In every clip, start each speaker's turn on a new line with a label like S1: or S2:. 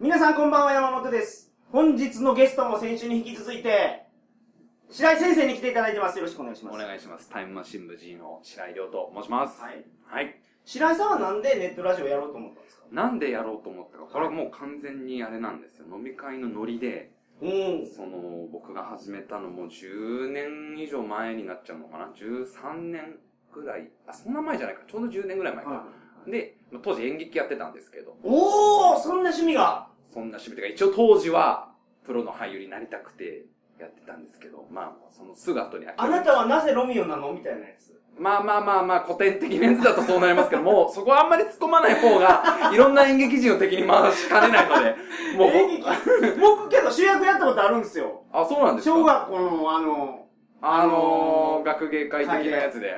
S1: 皆さんこんばんは、山本です。本日のゲストも先週に引き続いて、白井先生に来ていただいてます。よろしくお願いします。
S2: お願いします。タイムマシン部 G の白井亮と申します。
S1: は
S2: はい。
S1: い。白井さんはなんでネットラジオやろうと思ったんですか
S2: なんでやろうと思ったか、これはもう完全にあれなんですよ。飲み会のノリで、
S1: おー
S2: その、僕が始めたのも10年以上前になっちゃうのかな ?13 年ぐらい。あ、そんな前じゃないか。ちょうど10年ぐらい前か。で、まあ当時演劇やってたんですけど、
S1: おーそんな趣味が
S2: そんな趣味というか、一応当時は、プロの俳優になりたくてやってたんですけど、まあ、その姿に
S1: あなたはなぜロミオなのみたいなやつ。
S2: まあまあまあまあ、古典的メンズだとそうなりますけども、そこはあんまり突っ込まない方が、いろんな演劇人を敵に回しかねないので、もう
S1: 演劇僕けど主役やったことあるんですよ。
S2: あ、そうなんですか
S1: 小学校のあの、
S2: あのー、学芸会的なやつで。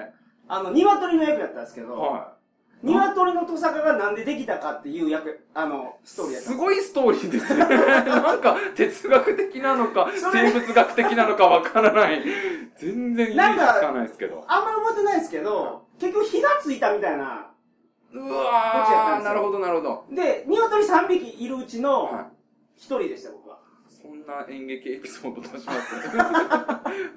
S1: あの、鶏の役やったんですけど、
S2: は
S1: 鶏のトサカがなんでできたかっていう役、あの、ストーリー
S2: い。
S1: やった
S2: すごいストーリーですね。なんか、哲学的なのか、
S1: それ
S2: 生物学的なのかわからない。全然意味
S1: なんか
S2: つかないですけど。
S1: あんまり覚えてないですけど、結局火がついたみたいな。
S2: う
S1: こっちやったんで
S2: わー、
S1: すよ
S2: なるほどなるほど。
S1: で、鶏3匹いるうち
S2: はい
S1: の1人でした、僕は。
S2: そんな演劇エピソード出します、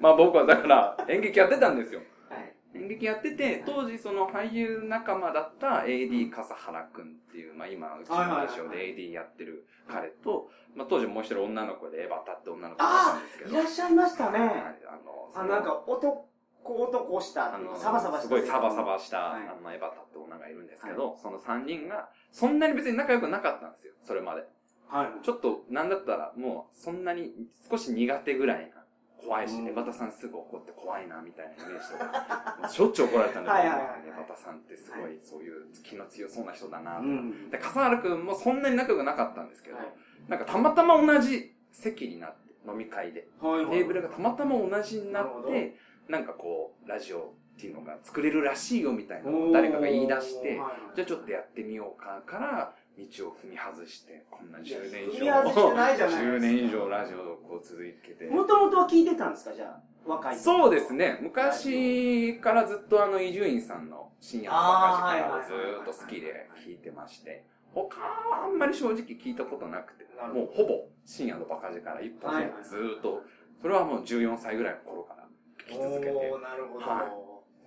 S2: まあ僕はだから、演劇やってたんですよ。
S1: はい。
S2: 演劇やってて、当時その俳優仲間だった AD 笠原くんっていう、まあ今、うちのラジオで AD やってる彼と、まあ当時もう一人女の子でエバタって女の子がいたんですけど。
S1: いらっしゃいましたね。
S2: はいあ
S1: あ、
S2: の、
S1: なんか、男、男した
S2: あ、の、
S1: サバサバした。
S2: すごいサバサ。バした、
S1: はい
S2: あの、エバタって女がいるんですけど、その3人が、そんなに別に仲良くなかったんですよ、それまで。
S1: はい。
S2: ちょっと、なんだったら、もう、そんなに、少し苦手ぐらいな。怖いし、
S1: うん
S2: ネバタさんすぐ怒って怖いな、みたいなイメージとか。もうしょっちゅう怒られたんだ
S1: はい
S2: け
S1: はい
S2: ど
S1: はい、
S2: ネバタさんってすご、
S1: はい
S2: そういう気の強そうな人だな
S1: う
S2: と、
S1: ん。
S2: で、笠原くんもそんなに仲良くなかったんですけど、
S1: はい
S2: なんかたまたま同じ席になって、飲み会で。
S1: はい
S2: テ
S1: はい
S2: ーブルがたまたま同じになっ
S1: なるほ
S2: て、なんかこう、ラジオっていうのが作れるらしいよ、みたいな
S1: お
S2: の
S1: ー
S2: を誰かが言い出して、
S1: はいはい
S2: じゃあちょっとやってみようかから、道を踏み外して、こんな10年以
S1: いや踏み外してないじゃ
S2: 上、
S1: ない
S2: 10年以上ラジオをこう続けて。
S1: もともとは聞いてたんですか、じゃあ。若い時
S2: そうです。ね、昔からずっとあの伊集院さんの深夜のバカ力をずーっと好きで聞いてまして、他はあんまり正直聞いたことなくて
S1: なる、ほど
S2: もうほぼ深夜のバカ力一本でずーっと、それはもう14歳ぐらいの頃から聞き続けて
S1: お、ーなるほど。
S2: はい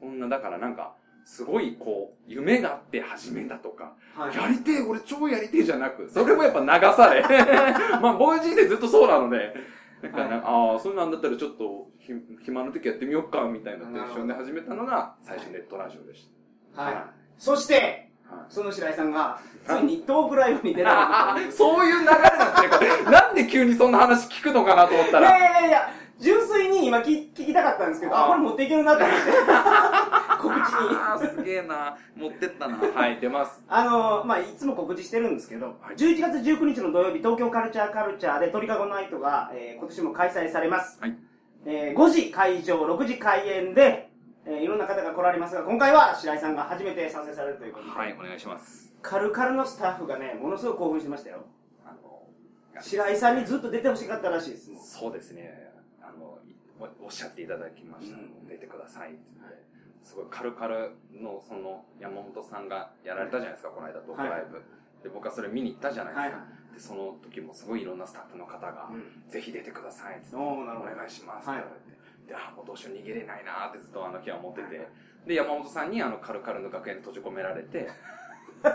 S2: そんなだからなんか、すごいこう、夢があって始めたとか、
S1: はい
S2: やりてえ、俺超やりてえじゃなく、それもやっぱ流さ れ。まあ、僕の人生ずっとそうなので。なんかな、ああ、そうなんだったらちょっとひ、暇の時やってみようか、みたいなテンションで始めたのが、最初ネットラジオでし
S1: はい。そして、
S2: た。はい
S1: その白井さんが、ついにトークライブに出られた
S2: ああ、そういう流れなんですね、これ。なんで急にそんな話聞くのかなと思った
S1: いや
S2: ら。
S1: いやいやいや、純粋に今聞聞きたかったんですけど、あ、
S2: あー
S1: これ持っていけるなと思って。 告知に。
S2: ああ、すげえな。持ってったな。はい、出ます。
S1: あのーまあ、いつも告知してるんですけど、
S2: はい
S1: 11月19日の土曜日、東京カルチャーカルチャーで鳥かごナイトが、えー今年も開催されます。
S2: はい。
S1: えー5時会場、6時開演で、えーいろんな方が来られますが、今回は白井さんが初めて参戦されるということで、
S2: はい、お願いします。
S1: カルカルのスタッフがね、ものすごく興奮してましたよ。
S2: あの
S1: 白井さんにずっと出てほしかったらしいですもん。
S2: そうですね。あの、いおおっしゃっていただきました。
S1: うん
S2: 出てくださいって言って。すごい、カルカルの、その、山本さんがやられたじゃないですか、この間、トークライブ。で、僕はそれ見に行ったじゃないですか。
S1: は
S2: で、その時もすごいいろんなスタッフの方が、
S1: うん
S2: ぜひ出てくださいって言って
S1: おーなるほ
S2: お
S1: ど
S2: 願いしますっ
S1: はい
S2: て言われて。で、あ、もうどうしよう逃げれないなーってずっとあの日は思ってて。で、山本さんにあの、カルカルの楽屋に閉じ込めら れて、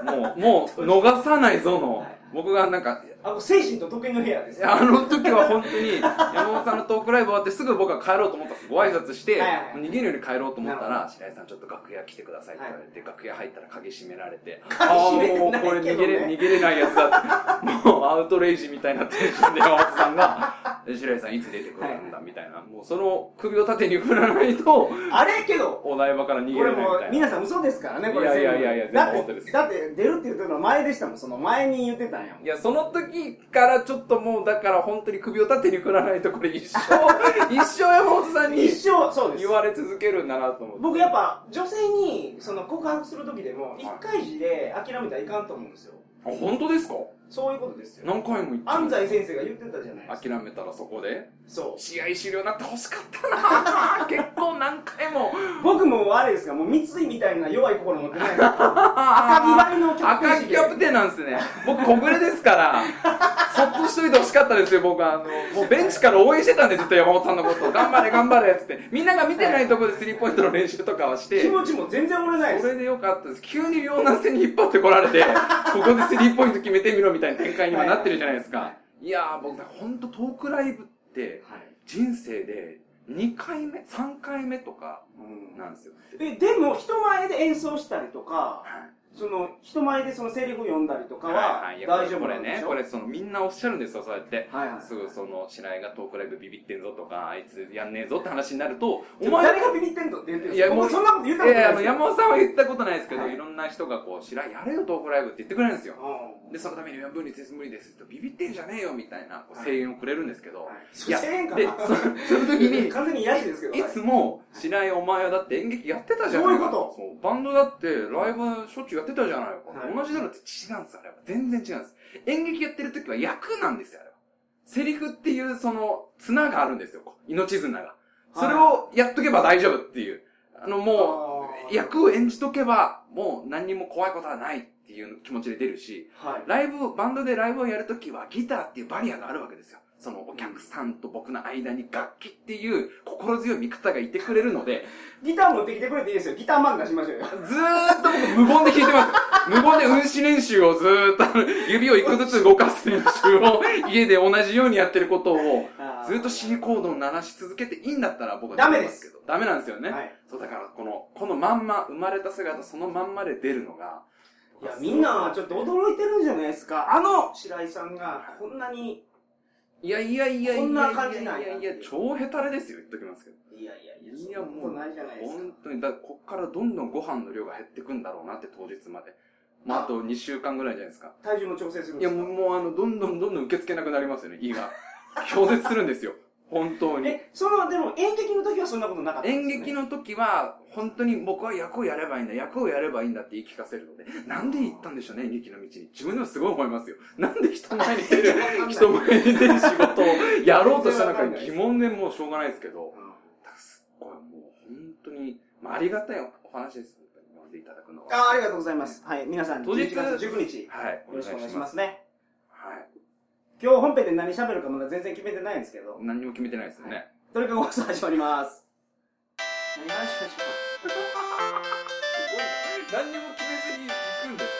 S2: もう、もう、逃さないぞの
S1: はい、
S2: 僕がなんか、
S1: あの、精神と時計の部屋で
S2: い
S1: す。
S2: やあの時は本当に、山本さんのトークライブ終わってすぐ僕は帰ろうと思ったんです。ご挨拶して、
S1: はいはいはい
S2: 逃げるように帰ろうと思っ
S1: な
S2: た
S1: る
S2: ら、白井さんちょっと楽屋来てくださいって言われて、楽屋入ったら鍵閉められて、
S1: 鍵閉めてない
S2: ああ、もうこれ逃
S1: け
S2: げ
S1: どね
S2: れ、逃げれないやつだって、もうアウトレイジみたいなテンションで山本さんが、白井さんいつ出てくるんだみたいな、もうその首を縦に振らないと、
S1: あれけど、
S2: お台場から逃げ
S1: これ
S2: れないみ
S1: もう
S2: たいな。
S1: 皆さん嘘ですからね、これ
S2: いやいやいやい
S1: 全部だ
S2: や全
S1: っ
S2: 部本当
S1: て
S2: です
S1: だって出るって言ってたのは前でしたもん、その前に言ってたんやもん
S2: い。や、その時からちょっともう、だから本当に首を縦に振らないと、これ一生、一生山本さんに
S1: 一生、そうです
S2: 言。われ続けるんだなと思って。
S1: 僕やっぱ女性にその告白する時でも
S2: い
S1: 一回時で諦めたらいかんと思うんですよ
S2: あ、本当ですか
S1: そういうことですよ
S2: 何回も言って
S1: 安西先生が言ってたじゃないですか
S2: 諦めたらそこで、
S1: そう
S2: 試合終了になって欲しかった な結構何回も。
S1: 僕もあれですがもう三井みたいな弱い心持 ってないです赤木
S2: 赤
S1: 張りのキャプテン
S2: 赤木キャプテンなんですね。僕、小暮ですから。にしといてほしかったですよ、僕は。あの、もうベンチから応援してたんです、ずっと山本さんのこと。頑張れ、頑張れ、つって。みんなが見てないところでスリーポイントの練習とかはして。
S1: 気持ちも全然折れないです
S2: そ。れでよかったです。急に両南線に引っ張ってこら れて、ここでスリーポイント決めてみろみたいな展開にはなってるじゃないです
S1: は
S2: か。いやー、僕、ほんとトークライブって、
S1: はい
S2: 人生で2回目、3回目とかなんですよ。
S1: えでも人前で演奏したりとか、
S2: はい
S1: その人前でそのセリフ読んだりとかは
S2: はいはいいや
S1: 大丈
S2: こ
S1: 夫な
S2: れ
S1: んで
S2: ね
S1: し、ょ
S2: これそのみんなおっしゃるんですよ、そうやって。
S1: はいはい
S2: すぐその白井がトークライブビビってんぞとか、あいつやんねえぞって話になると、
S1: ちょ
S2: お前
S1: 誰がビビってんのって言ってるんですよ
S2: いやもう
S1: 僕そんなこと言った
S2: い
S1: こと
S2: やい
S1: ないで
S2: や、あの
S1: すよ
S2: 山本さんは言ったことないですけど、
S1: はい
S2: いろんな人がこう、白井やれよトークライブって言ってくれるんですよ。
S1: うん
S2: で、そのために、いや、無理です、無理ですって、ビビってんじゃねえよ、みたいな、こう声援をくれるんですけど、
S1: そう1000円か
S2: で、
S1: な
S2: そその時に、
S1: 完全に癒しですけど
S2: いつも、しないお前はだって演劇やってたじゃない
S1: そういうこと
S2: そうバンドだって、ライブしょっちゅうやってたじゃないか。
S1: はい
S2: 同じだろって違うんです、あれは。全然違うんです。演劇やってる時は役なんですよ、あれは。セリフっていう、その、綱があるんですよ、こう命綱が。それをやっとけば大丈夫っていう。あの、もう、
S1: う
S2: 役を演じとけば、もう何にも怖いことはないっていう気持ちで出るし、
S1: はい
S2: ライブ、バンドでライブをやるときはギターっていうバリアがあるわけですよ。そのお客さんと僕の間に楽器っていう心強い味方がいてくれるので、
S1: ギター持ってきてくれていいですよギター漫画しましょうよ
S2: ずーっと僕無言で弾いてます。無言で運指練習をずーっとあの指を一個ずつ動かす練習を家で同じようにやってることをずーっと C コードを鳴らし続けていいんだったら僕は
S1: ダメです
S2: けど。ダメなんですよね。
S1: はい
S2: そうだからこの、このまんま、生まれた姿そのまんまで出るのが、
S1: いやみんなちょっと驚いてるんじゃないですかあの白井さんがこんなに
S2: いやいやいやいやいやいやいや
S1: こんな感じなんや
S2: いや、超ヘタレですよ、言っときますけど。
S1: いやいやい
S2: い
S1: や
S2: や、
S1: そんなこ
S2: もう、
S1: とないじゃないですか
S2: 本当に、だからこっからどんどんご飯の量が減ってくんだろうなって、当日まで。まあ、あと2週間ぐらいじゃないですか。
S1: 体重も調整するん
S2: い
S1: で
S2: や、
S1: すか
S2: もう、もうあの、どんどんどんどん受け付けなくなりますよね、胃 が。拒絶するんですよ。本当に。
S1: えそのでも演劇の時はそんなことなかったん
S2: 演
S1: ですよね
S2: 劇の時は、本当に僕は役をやればいいんだ、役をやればいいんだって言い聞かせるので、なんで行ったんでしょうね、演劇の道に。自分でもすごい思いますよ。なんで人前に 出る、人前に出る仕事をやろうとしたのか疑問でもうしょうがないですけど。すっごいもう本当に、まあ、ありがたいお話です。読んでいただくのは。
S1: あーありがとうございます。はい、皆さん、
S2: 当日
S1: 11月19日、よ
S2: はい。
S1: ろしくお願いしますね。
S2: はい。
S1: 今日本編で何喋るかまだ全然決めてないんですけど、
S2: 何にも決めてないですよね。
S1: とにかく放送始まります。何話しましょ
S2: 何にも決めずに行くんだよ。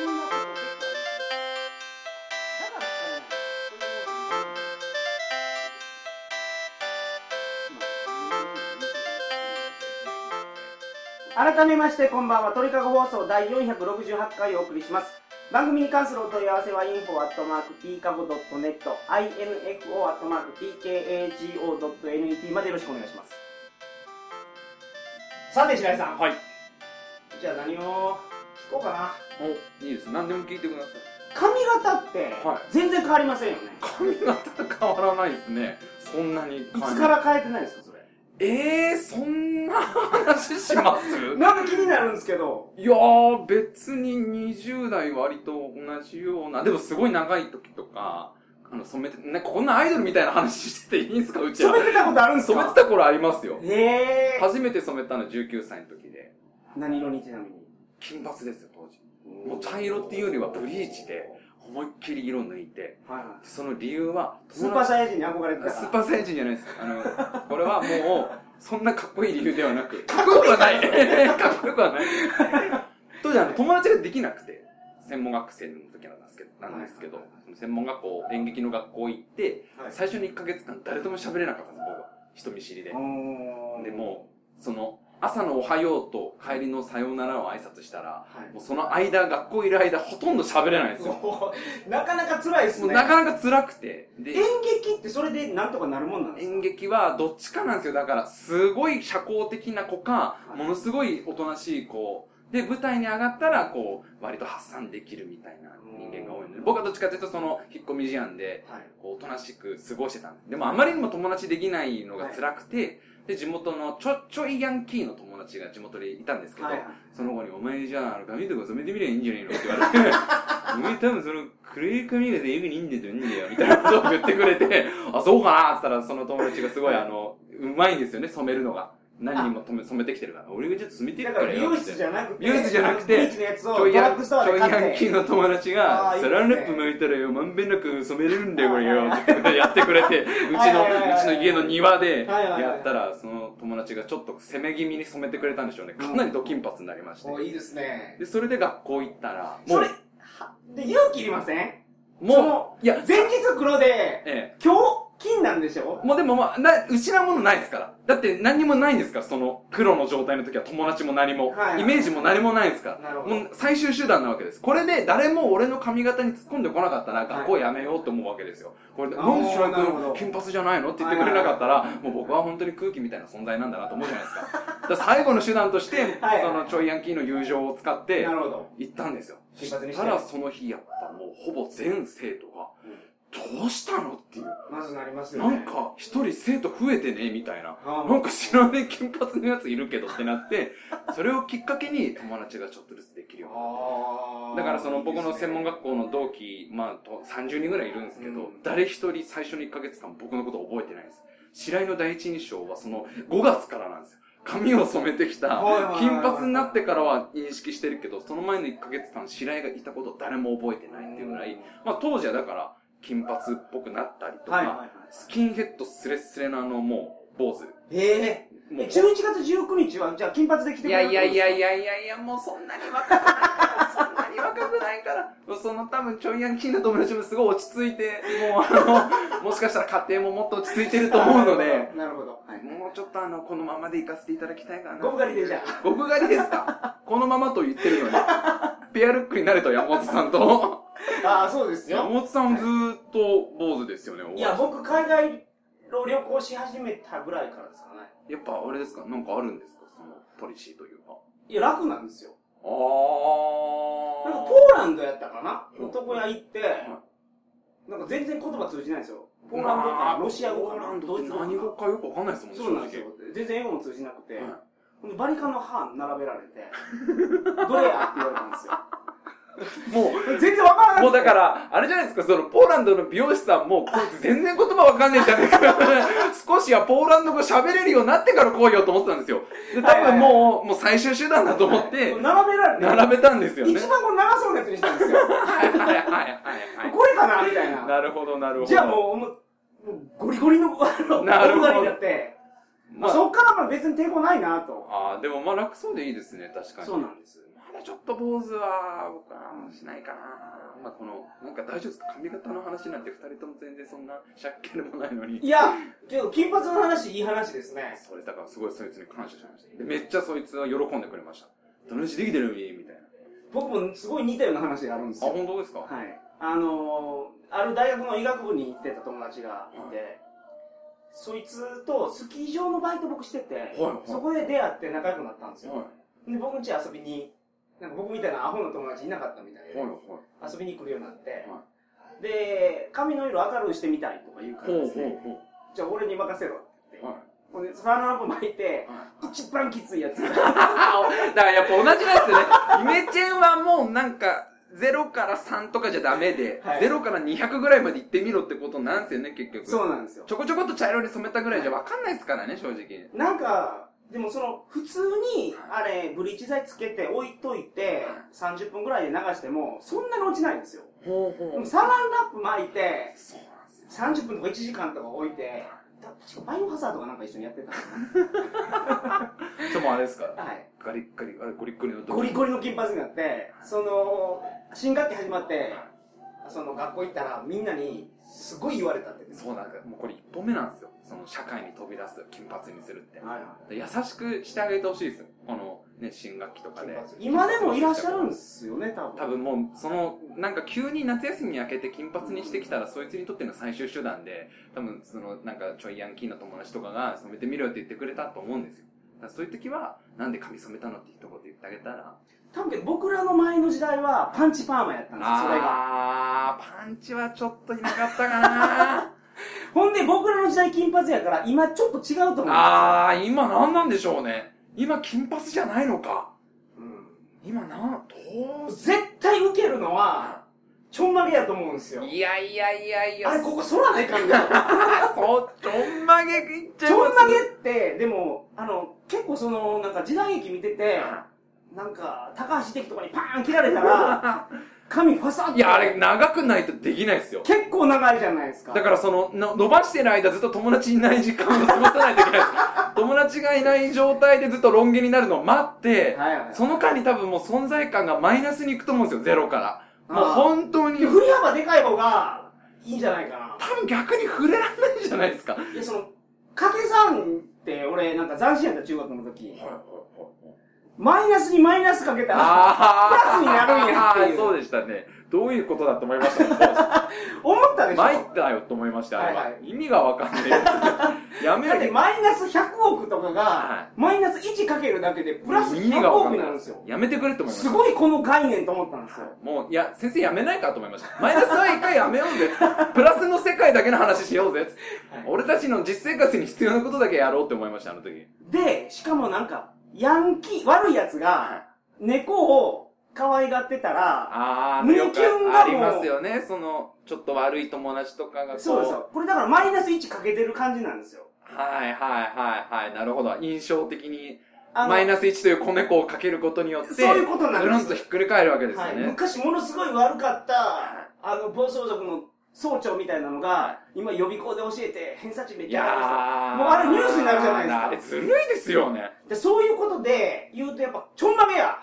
S1: うこんなこと改めましてこんばんは鳥かご放送第468回お送りします番組に関するお問い合わせは info.tkago.net info.tkago.net までよろしくお願いしますさて白井さん
S2: はい。
S1: じゃあ何を聞こうかな
S2: お、いいです。何でも聞いてください。
S1: 髪型って
S2: はい
S1: 全然変わりませんよね、
S2: 髪型変わらないですね。そんなに。
S1: い、つから変えてないですかそれ
S2: ええー、そんな話します
S1: なんか気になるんですけど
S2: いやー、別に20代割と同じような、でもすごい長い時とか、あの、染めて、ね、こんなアイドルみたいな話してていいんですかうちは。
S1: 染めてたことあるんです
S2: 染め
S1: か
S2: てた頃ありますよ。
S1: ええ
S2: 初めて染めたの19歳の時で、
S1: ー、何色にちなみに
S2: 金髪ですよ、当時。もう茶色っていうよりはブリーチで思いっきり色抜いて、
S1: はいはい
S2: その理由は、
S1: スーパー
S2: サ
S1: サイヤ人に憧れてた
S2: スーパーサイヤ人じゃないです。あの、これはもう、そんなかっこいい理由ではなく、かっこよくはない。 かっこよくはない。当時、あの、友達ができなくて、専門学生の時なんですけど、なんですけど
S1: はいはいは、
S2: その専門学校、演劇の学校行って、
S1: はい
S2: 最初に1ヶ月間誰とも喋れなかったんです、僕は。人見知りで。
S1: おー
S2: でもう、その、朝のおはようと帰りのさようならを挨拶したら、
S1: はい
S2: もうその間、学校いる間、ほとんど喋れないんですよ。
S1: もうなかなか辛いです
S2: もう
S1: ね
S2: なかなか辛くて。で
S1: 演、劇ってそれでなんとかなるもんなんですか
S2: 演劇はどっちかなんですよ。だから、すごい社交的な子か、
S1: い
S2: ものすごいおとなしい子。で、舞台に上がったら、こう、割と発散できるみたいな人間が多いので、僕はどっちかというと、その、引っ込み思案で、
S1: はい
S2: こうおとなしく過ごしてたんですでもあまりにも友達できないのが辛くて、で、地元のちょ、ちょいヤンキーの友達が地元でいたんですけど、
S1: はいはい
S2: その子に、お前じゃあ、あの髪とか染めてみりゃいいんじゃねえのって言われて、 お前多分その黒い髪が全部にいいんだよ、いいんだよ、みたいなことを 言ってくれて、あ、そうかなって言ったら、その友達がすごい、あの、うまいんですよね、染めるのが。何人も止め染めてきてるから、俺がちょっと染めて
S1: だ
S2: る
S1: か
S2: からら
S1: 美
S2: よ
S1: 容
S2: っ
S1: 室じ
S2: て。
S1: ゃなくて、
S2: 美容室じゃなくて
S1: ビーチのやつを
S2: ち
S1: ド
S2: ょいヤ
S1: ラッ
S2: ン
S1: グス
S2: ち
S1: トア
S2: ょ
S1: で
S2: い
S1: 買
S2: ヤン
S1: っ
S2: キー
S1: て。
S2: の友達
S1: あ
S2: が
S1: ーいい、です
S2: サ
S1: ね
S2: ランラップ巻いたらよ、まんべんなく染めれるんだよ、これよ、ってやってくれて、うちの、う
S1: はいはいはいはいう
S2: ちの家の庭で
S1: はいはいはい
S2: やったら、その友達がちょっと攻め気味に染めてくれたんでしょうね。かなりドキンパツになりまして。
S1: おいいですね。
S2: で、それで学校行ったら、も
S1: そうれ、、はで、勇気いりませんそ
S2: も
S1: の
S2: う、いや、
S1: 前日黒で、
S2: え
S1: 今日金なんでしょ
S2: え。もうでもまあ、な、失うものないですから。だって何にもないんですから、その、黒の状態の時は友達も何も、
S1: はいはい
S2: イメージも何もないですから。
S1: なるほど
S2: もう最終手段なわけです。これで誰も俺の髪型に突っ込んでこなかったら、学校やめようと思うわけですよ。これで、
S1: あー
S2: なんで白井
S1: なるほど
S2: 君、金髪じゃないのって言ってくれなかったら、もう僕は本当に空気みたいな存在なんだなと思うじゃないですか。だから最後の手段として、
S1: はい
S2: そのちょいヤンキーの友情を使って、
S1: なるほど。
S2: 行ったんですよ。
S1: 金髪にして
S2: ただその日、やっぱもうほぼ全生徒が、どうしたのっていう。
S1: まずなりますよ
S2: な
S1: ね。
S2: ん、か、一人生徒増えてねみたいな。
S1: あ
S2: なんか知らねえ金髪のやついるけどって なって、それをきっかけに友達がちょっとずつできるようになっ
S1: あ
S2: た。
S1: ー
S2: だからその僕の専門
S1: いいで
S2: 学校の同期、まあと30人ぐらいいるんですけど、
S1: うん
S2: 誰一人最初の1ヶ月間僕のこと覚えてないんです。白井の第一印象はその5月からなんですよ。髪を染めてきた
S1: はいはいはいはい、
S2: 金髪になってからは認識してるけど、その前の1ヶ月間白井がいたことを誰も覚えて
S1: す
S2: な
S1: ね
S2: いっていうぐらい、まあ当時はだから金髪っぽくなったりとか、
S1: はいはいは
S2: スキンヘッドスレスレなあのもう坊主。
S1: い。ええ
S2: もう
S1: 11月19日は、じゃあ金髪で来てく
S2: いや
S1: れる
S2: いやいやい
S1: や。
S2: やいやいや、もうそんなに若くない。 そんなに若くないから。その多分ちょいヤンキーの友達もすごい落ち着いて、もうあの、もしかしたら家庭ももっと落ち着いてると思うので、
S1: なるほど。はい。
S2: もうちょっとあの、このままで行かせていただきたいかな。
S1: ゴブ狩りでじゃあ。
S2: ゴブ狩りですかこのままと言ってるのに。ペアルックになれと山本さんと。
S1: ああ、そうです
S2: 山
S1: よ。
S2: 本さんもずーっと坊主ですよね、
S1: いや、僕、海外の旅行し始めたぐらいからですかね。
S2: やっぱあれですかなんかあるんですかそのポリシーというか。
S1: いや、楽なんですよ。
S2: あ
S1: なんか
S2: ー
S1: ポーランドやったかな
S2: うん
S1: 男屋行って、なんか全然言葉通じないんですよ。ポ
S2: ポ
S1: ー
S2: ー
S1: ラ
S2: ラ
S1: ン
S2: ン
S1: ド
S2: ド
S1: か
S2: か、
S1: ロ
S2: ロ
S1: シ
S2: シ
S1: ア
S2: ア
S1: 語
S2: 語
S1: か
S2: か
S1: な、
S2: な、
S1: ドイツ語かな。
S2: かよくわかんないですも
S1: そうなんですよ。全然英語も通じなくて、ほんでバリカンの歯並べられて、 どれやって言われたんですよ。
S2: も
S1: 全然わからない。
S2: う、もうだから、あれじゃないですか、その、ポーランドの美容師さんも、こいつ全然言葉わかんねえじゃねえか。少しはポーランド語喋れるようになってから来いよと思ってたんですよ。で、多分もう、もう最終手段だと思って、
S1: 並べられて、
S2: 並べたんですよね。
S1: 一番この長そうなやつにしたんですよ。
S2: はいはいはいはい
S1: これかなみたい
S2: はい。
S1: な。
S2: なるほど、なるほど。
S1: じゃあもう、もうもうゴリゴリの、あの、
S2: なるほど
S1: ガリになって、ま
S2: う、ま
S1: あ、
S2: あ、
S1: そっからまあ別に抵抗ないなと。
S2: あーでもまあ楽そうでいいですね、確かに。
S1: そうなんです。
S2: まだちょっと坊主は、僕はしないかな。まあこの、なんか大丈夫ですか髪型の話なんて二人とも全然そんな借金でもないのに。
S1: いや、けど金髪の話いい話ですね。
S2: それだからすごいそいつに感謝しました。でめっちゃそいつは喜んでくれました。友達できてるのに、みたいな。
S1: 僕もすごい似たような話があるんです
S2: あ、
S1: よ。
S2: 本当ですか、
S1: はい。あのー、ある大学の医学部に行ってた友達がいて、そいつとスキー場のバイト僕してて、
S2: はい
S1: そこで出会って仲良くなったんですよ。
S2: は
S1: で、僕の家遊びに、なんか僕みたいなアホな友達いなかったみたい
S2: い。
S1: で、
S2: はい。
S1: 遊びに来るようになって、で、髪の色明るくしてみたいとか言うから
S2: ほうほう
S1: ですね、
S2: ほ
S1: じゃあ俺に任せろって
S2: う。
S1: 言っ
S2: はい
S1: て、ほんで、サランラップ巻いて、
S2: はい
S1: 一番きついや つ。
S2: あだからやっぱ同じなんですよね。イメチェンはもうなんか、0から3とかじゃダメで、
S1: はい
S2: 0から200ぐらいまで行ってみろってことなんですよね、結局。
S1: そうなんですよ。
S2: ちょこちょこっと茶色に染めたぐらいじゃ分かんないですからね、正直。
S1: なんか、でもその、普通に、あれ、ブリーチ剤つけて置いといて、30分ぐらいで流しても、そんなに落ちないんですよ。
S2: ほう
S1: でもサランラップ巻いて、
S2: そうなんですよ。
S1: 30分とか1時間とか置いて、た確かバイオハザードがなんか一緒にやってたんです
S2: ちょ、もうあれですか
S1: よはい。
S2: ガリッガリ、あれ、ゴリッゴリの
S1: ゴリ
S2: リ。
S1: ゴリの金髪になって、その、新学期始まって、その学校行ったらみんなにすごい言われたって。
S2: そうなんですよ。もうこれ一歩目なんですよ。その社会に飛び出す、金髪にするって。
S1: はいはい
S2: 優しくしてあげてほしいですよ。この、ね、新学期とか
S1: 金
S2: で。
S1: 髪今でもいらっしゃるんですよね、多分。
S2: 多分もう、その、なんか急に夏休み明けて金髪にしてきたら、そいつにとっての最終手段で、多分その、なんかちょいヤンキーの友達とかが染めてみろよって言ってくれたと思うんですよ。だからそういう時は、なんで髪染めたのって一言言ってあげたら、
S1: 多分けど僕らの前の時代はパンチパーマやったんですよ、それが。
S2: あー、パンチはちょっといなかった かな
S1: ほんで、僕らの時代金髪やから、今ちょっと違うと思う。
S2: あー、今何なんでしょうね。今金髪じゃないのか。
S1: うん
S2: 今なん、どう
S1: 絶対受けるのは、ちょんまげやと思うんですよ。
S2: いやいやいやいや。
S1: あれ、ここ反らないか んだよ。
S2: そう、ちょんまげいっちゃ
S1: ち
S2: いま
S1: ょ
S2: す
S1: んまげって、でも、あの、結構その、なんか時代劇見てて、なんか、高橋的とかにパーン切られた ら、髪ファサッ
S2: いや、あれ、長くないとできないですよ。
S1: 結構長いじゃないですか。
S2: だからその、の伸ばしてる間ずっと友達いない時間を過ごさないといけないです。友達がいない状態でずっとロン毛になるのを待って、
S1: はいはいはい
S2: その間に多分もう存在感がマイナスにいくと思うんですよ、ゼロから。もう
S1: あー
S2: 本当に。
S1: で振り幅でかい方がいいんじゃないか
S2: 多分逆に触れられないじゃないですか。はい
S1: な。いや、その、掛け算って、俺、なんか斬新やった中学の時、マイナスにマイナスかけたら、
S2: あ
S1: プラスになるんやっていう
S2: あーそうでしたね。どういうことだと思いましたね。
S1: 思ったでしょ
S2: 参ったよと思いました、あれは。
S1: はいはい
S2: 意味がわかんね え。やめ
S1: だって
S2: ろ。
S1: マイナス100億とかが、
S2: は
S1: マイナス1かけるだけでプラス
S2: 意味が
S1: 100
S2: わか
S1: 億
S2: ん
S1: に
S2: な
S1: ないるんですよ。
S2: やめてくれって思いました
S1: す。ごいこの概念と思ったんですよ。
S2: もう、いや、先生やめないかと思いました。マイナスは一回やめようぜ。 プラスの世界だけの話しようぜ。俺たちの実生活に必要なことだけやろうって思いました、あの時。
S1: で、しかもなんか、ヤンキー、悪い奴が、猫を可愛がってたら、
S2: あー、
S1: 胸
S2: よく
S1: キュンがもう
S2: ありますよね。その、ちょっと悪い友達とかがこう。
S1: そうですよ。これだからマイナス1かけてる感じなんですよ。
S2: はいはいはいはい。なるほど。印象的に、
S1: あの
S2: マイナス1という子猫をかけることによって、
S1: そういうことなんです
S2: ぐるんとひっくり返るわけですよ
S1: はい、
S2: ね。
S1: 昔ものすごい悪かった、あの、暴走族の総長みたいなのが、今予備校で教えて、偏差値めっ
S2: い
S1: ち
S2: や
S1: ゃ上がる人
S2: ー。
S1: もうあれニュースになるじゃないですか
S2: あれずるいですよね。
S1: でそういうことで言うとやっぱちょんまげ や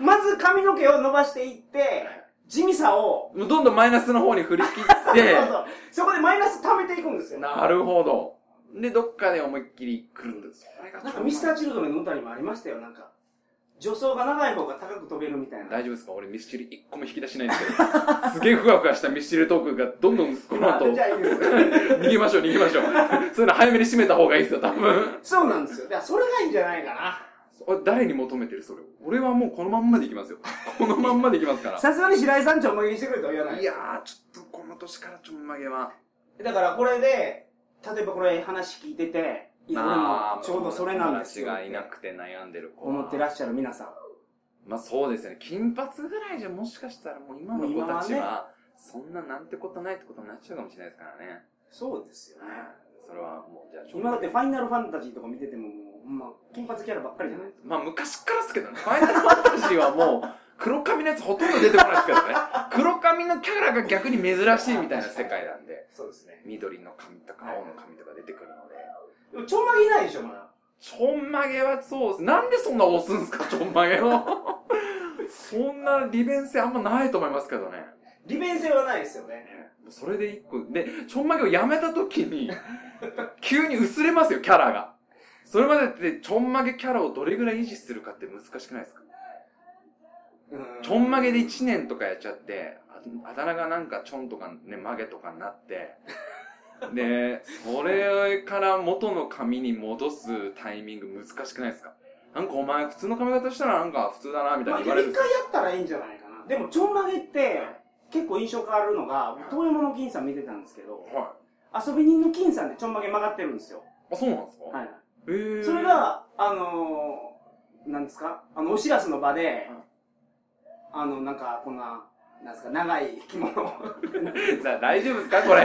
S1: まず髪の毛を伸ばしていって地味さを
S2: もうどんどんマイナスの方に振り切っ
S1: そ
S2: て
S1: う、そうそこでマイナス溜めていくんですよ
S2: なるほど。で、どっかで思いっきり来るんです。それが
S1: なんかミスター・チルドレンの歌にもありましたよなんか女装が長い方が高く飛べるみたいな
S2: 大丈夫ですか俺ミスチル一個も引き出しないんですけど。 すげえふわふわしたミスチルトークがどんどんこの後、
S1: あじゃあいいです
S2: 逃げましょう逃げ ましょう。そういうの早めに締めた方がいいですよ、多分。
S1: そうなんですよだからそれがいいんじゃないか
S2: 俺誰に求めてるそれを。俺はもうこのまんまでいきますよ。このまんまでいきますか
S1: な
S2: ら。
S1: さすがに白井さんちょんまげにしてくれとは言わない
S2: いやー、ちょっとこの年からちょんまげは。
S1: だからこれで例えばこれ話聞いてていや俺もちょうどそれなんですよ
S2: 友達がいなくて悩んでる子は
S1: 思ってらっしゃる皆さん
S2: まあそうですね。金髪ぐらいじゃもしかしたらもう今の子たち
S1: もう今
S2: は、そんななんてことないってことになっちゃうかもしれないですからね。
S1: そうですよね
S2: それはもうじゃあしょう
S1: 今
S2: がな
S1: だ
S2: い
S1: ってファイナルファンタジーとか見ててももう、まあ、金髪キャラばっかりじゃないですか。
S2: まあ昔からですけどね。ファイナルファンタジーはもう、黒髪のやつほとんど出てこないですけどね。黒髪のキャラが逆に珍しいみたいな世界なんで。
S1: そうですね。
S2: 緑の髪とか青の髪とか出てくるので。
S1: でもちょんまげいないでしょ、まだ。
S2: ちょんまげはそうです。なんでそんな押すんですか、 ちょんまげを。そんな利便性あんまないと思いますけどね。
S1: 利便性はないですよね。
S2: ねそれで一個、で、ちょんまげをやめた時に、急に薄れますよ、キャラが。それまでって、ちょんまげキャラをどれぐらい維持するかって難しくないですかちょんまげで1年とかやっちゃって、ああだ名がなんかちょんとかね、まげとかにな って、で、それから元の髪に戻すタイミング難しくないですかなんかお前普通の髪型したらなんか普通だな、みたい
S1: まあ、
S2: な
S1: 一
S2: 言われ
S1: 回や
S2: るんですよ
S1: ったらいいんじゃないかな。でも、ちょんまげって、結構印象変わるのが、遠山の金さん見てたんですけど、
S2: は
S1: 遊び人の金さんでちょんまげ曲がってるんですよ。
S2: い。あ、そうなんですか
S1: はい。
S2: へー
S1: それ、が、あのー、なんですかあの、お知らせの場で、あの、なんか、こんな、なんですか、長い着物を。
S2: さあ大丈夫ですか これ。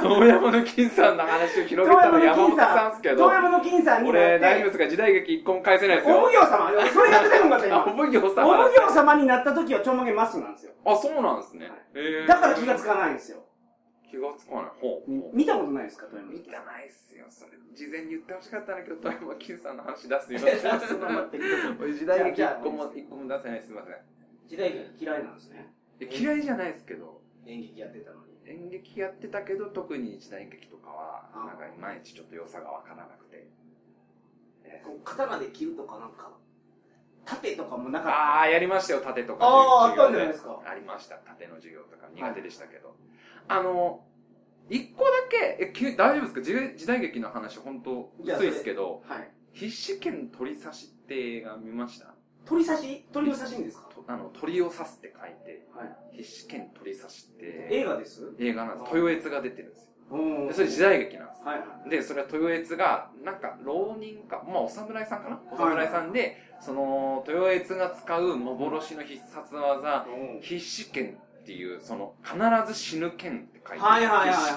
S2: 遠山の金さんの話を
S1: 遠
S2: 広げた
S1: 山
S2: の
S1: の
S2: 山本
S1: 金
S2: さん
S1: さ
S2: で
S1: ん、
S2: すけ
S1: 遠
S2: ど。
S1: 山の金さんになって
S2: 俺、大丈夫ですか時代劇一個も返せないです
S1: お奉
S2: よ。
S1: 行様それが出てこんかった
S2: あ、お
S1: 今。
S2: 奉行
S1: お
S2: 様。
S1: 奉行様になった時はちょんまげマストなんですよ。
S2: あ、そうなんですね。へー
S1: だから気がつかないんですよ。
S2: 気がつかない。ほう。
S1: み見たことないですか、富山
S2: 見たないっすよ。それ、事前に言ってほしかったんだけど、富山金さんの話出すよ。
S1: そんな待ってください
S2: 俺時代劇
S1: じゃあ
S2: 一個も、一個も出せない。すいません
S1: 時代劇嫌いなんですね。
S2: え。嫌いじゃないですけど、
S1: 演劇やってたのに。
S2: 演劇やってたけど、特に時代劇とかは、
S1: あ
S2: なんかいまいちちょっと良さがわからなくて。え
S1: こう刀で切るとかなんか、盾とかもなかっ
S2: ああ、やりましたよ、盾とか。
S1: あー
S2: 授業
S1: あったんじゃないですか
S2: ありました、盾の授業とか苦手でしたけど。あの、一個だけ、え、きゅ大丈夫ですか時代時代劇の話、本当
S1: いや
S2: 薄いですけど、
S1: た。はい。
S2: 必死剣取り差しって映画見ました
S1: 鳥刺し鳥の刺身ですか
S2: とあの、鳥を刺すって書いて、
S1: はい。
S2: 必死剣取り刺しって
S1: 映画です
S2: 映画なんです。
S1: あー
S2: 豊悦が出てるんですよ。
S1: うん
S2: でそれ時代劇なんです
S1: はいはい
S2: で、それは豊悦が、なんか、浪人か、まあ、お侍さんかなお侍さんで、その、豊悦が使う幻の必殺技、必死剣っていう、その、必ず死ぬ剣って書いてあ
S1: はいはいはい
S2: る。必死
S1: は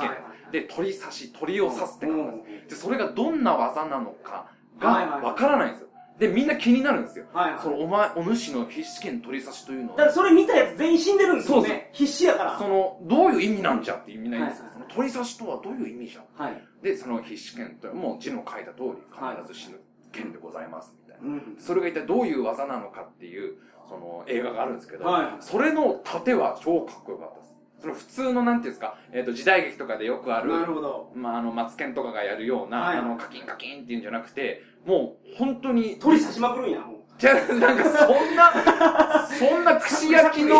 S2: 剣。で、鳥刺し、鳥を刺すって書くんで
S1: うん
S2: す。で、それがどんな技なのか
S1: はいは
S2: が
S1: い
S2: わからないんですよ。で、みんな気になるんですよ。
S1: いはいはい
S2: その、お前、お主の必死剣鳥刺しというの
S1: だから
S2: は、
S1: それ見たやつ全員死んでるんですよ
S2: そうそう
S1: ね必死やから
S2: その、どういう意味なんじゃってみんな言うんですよ。
S1: はい
S2: その鳥刺しとはどういう意味じゃ
S1: はい
S2: で、その必死剣というのはもう字の書いた通り必ず死ぬ剣でございますみたいな。
S1: うん
S2: それが一体どういう技なのかっていう、その映画があるんですけど、
S1: はい
S2: それの盾は超かっこよかったです。その普通のなんていうんですか、えっ、と時代劇とかでよくある、
S1: なるほど
S2: まああの、マツケンとかがやるような、
S1: はい
S2: あの、カキンカキンっていうんじゃなくて、もう本当に、
S1: 鳥刺しまくるんやも
S2: じゃあなんかそんな、そんな串焼きの、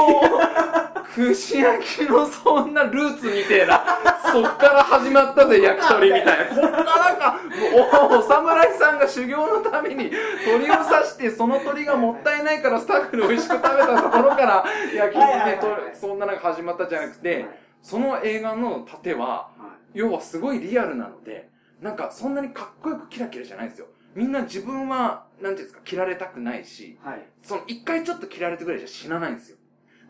S2: 串焼きのそんなルーツみてえな、そっから始まったぜ、焼き鳥みたいな。こっからか、もうお、お侍さんが修行のために鳥を刺して、その鳥がもったいないからスタッフに美味しく食べたところから、焼き
S1: はいはいはい
S2: 鳥で、そんななんか始まったじゃなく
S1: う
S2: て、その映画の盾は、要はすごいリアルなので、なんかそんなにかっこよくキラキラじゃないんですよ。みんな自分は、なんていうんですか、切られたくないし、
S1: はいはい
S2: その一回ちょっと切られてぐらいじゃ死なないんですよ。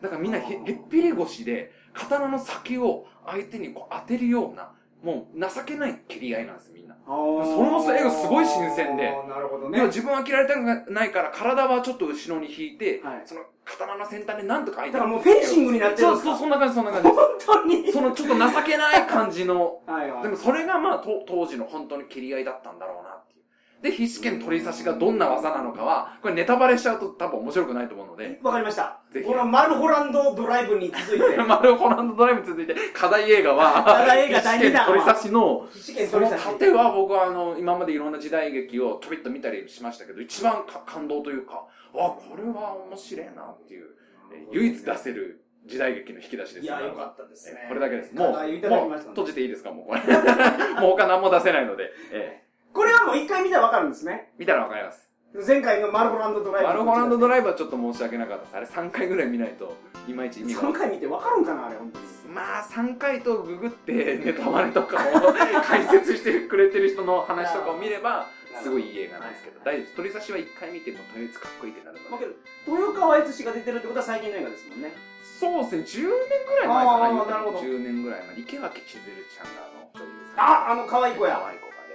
S2: だからみんなひ
S1: あー
S2: へっぴり腰で、刀の先を相手にこう当てるような、もう情けない切り合いなんです、みんな。
S1: あー
S2: その映画すごい新鮮で
S1: なるほど
S2: 要は
S1: ね
S2: 自分は切られたくないから、体はちょっと後ろに引いて、
S1: はい
S2: その刀の先端でなんとか相
S1: だ
S2: 手
S1: からもうフェンシングになってるんで
S2: そう
S1: すか
S2: そう、そんな感じ、そんな感じ
S1: 本。当に
S2: そのちょっと情けない感じの、
S1: はいはい
S2: でもそれがまあと当時の本当に切り合いだったんだろうなっていう。で、必死剣取り差しがどんな技なのかは、これネタバレしちゃうと多分面白くないと思うので、
S1: わかりました
S2: ぜひ
S1: このマルホランドドライブに続い て
S2: マルホランドドライブに続いて課題映画は、
S1: 課題映画第二弾
S2: 取り差しの、
S1: 必死剣
S2: そ
S1: 鳥
S2: の
S1: 刺し
S2: 盾は僕はあの、今までいろんな時代劇をちょびっと見たりしましたけど、一番か感動というか、わあ、これは面白いなっていう、え唯一出せる時代劇の引き出しです
S1: いや
S2: なん
S1: よかったですね
S2: これだけです。もう、も
S1: 課題
S2: う
S1: いただきましたね
S2: 閉じていいですかもうこれ。 もう他何も出せないので、ええ
S1: これはもう一回見たらわかるんですね
S2: 見たらわかります。
S1: 前回のマルホランドドライブ
S2: マルホランド
S1: ド
S2: ドライブはちょっと申し訳なかったです。あれ3回ぐらい見ないと、いまいち意味がわか
S1: 3回
S2: んない
S1: 見てわかるんかなあれ本当に
S2: まあ3回とググってネタバレとかを解説してくれてる人の話とかを見れ ばすごいいい映画なんですけど大丈夫です鳥刺しは1回見てもとりあえずかっこいいってなる
S1: まあ
S2: ので
S1: けど豊川悦司が出てるってことは最近の映画ですもんね
S2: そうですね10年ぐらい前か
S1: あー
S2: な言うても
S1: なるほど
S2: 10年ぐらい前池脇千鶴ちゃんがあの女優さん
S1: ああの可愛い子やわ
S2: 可愛い子が出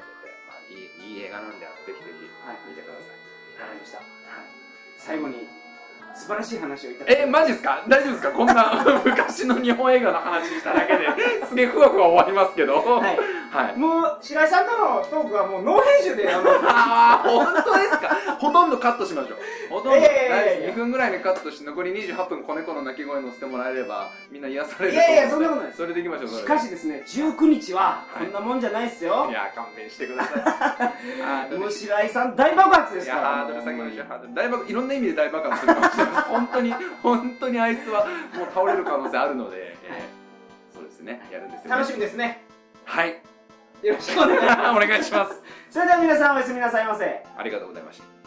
S2: てて、まあ、いいいい映画なんでぜひぜひ見てくださ
S1: かりま
S2: い、
S1: した最後に素晴らしい話をいただき
S2: えマジですか大丈夫ですかこんな 昔の日本映画の話しただけですげえふわふわ終わりますけど
S1: は
S2: はい、
S1: いもう白井さんとのトークはもうノー編集であの
S2: ああ、本当ですか。ほとんどカットしましょう。ほとんど、
S1: いやいやいやいや
S2: 2分ぐらいでカットして、残り28分、子猫の鳴き声乗せてもらえれば、みんな癒される
S1: いやいやそんなことない
S2: それでいきましょう、それ
S1: し
S2: で
S1: かしですね19日は
S2: は
S1: こ
S2: い
S1: んなもんじゃないっすよ
S2: いや、勘弁してく ださい。あー
S1: もう白井さん大爆発で
S2: い
S1: す
S2: や
S1: から
S2: ハードル下げましょう、ハードル。大爆、いろんな意味で大爆発するかもしれない。本当に、本当にあいつは、もう倒れる可能性あるので、えーそうですね、やるんですよ、ね。
S1: 楽しみですね
S2: はい。
S1: よろしくお願いしま
S2: お願いします。
S1: すそれでは皆さんおやすみなさいませ
S2: ありがとうございました。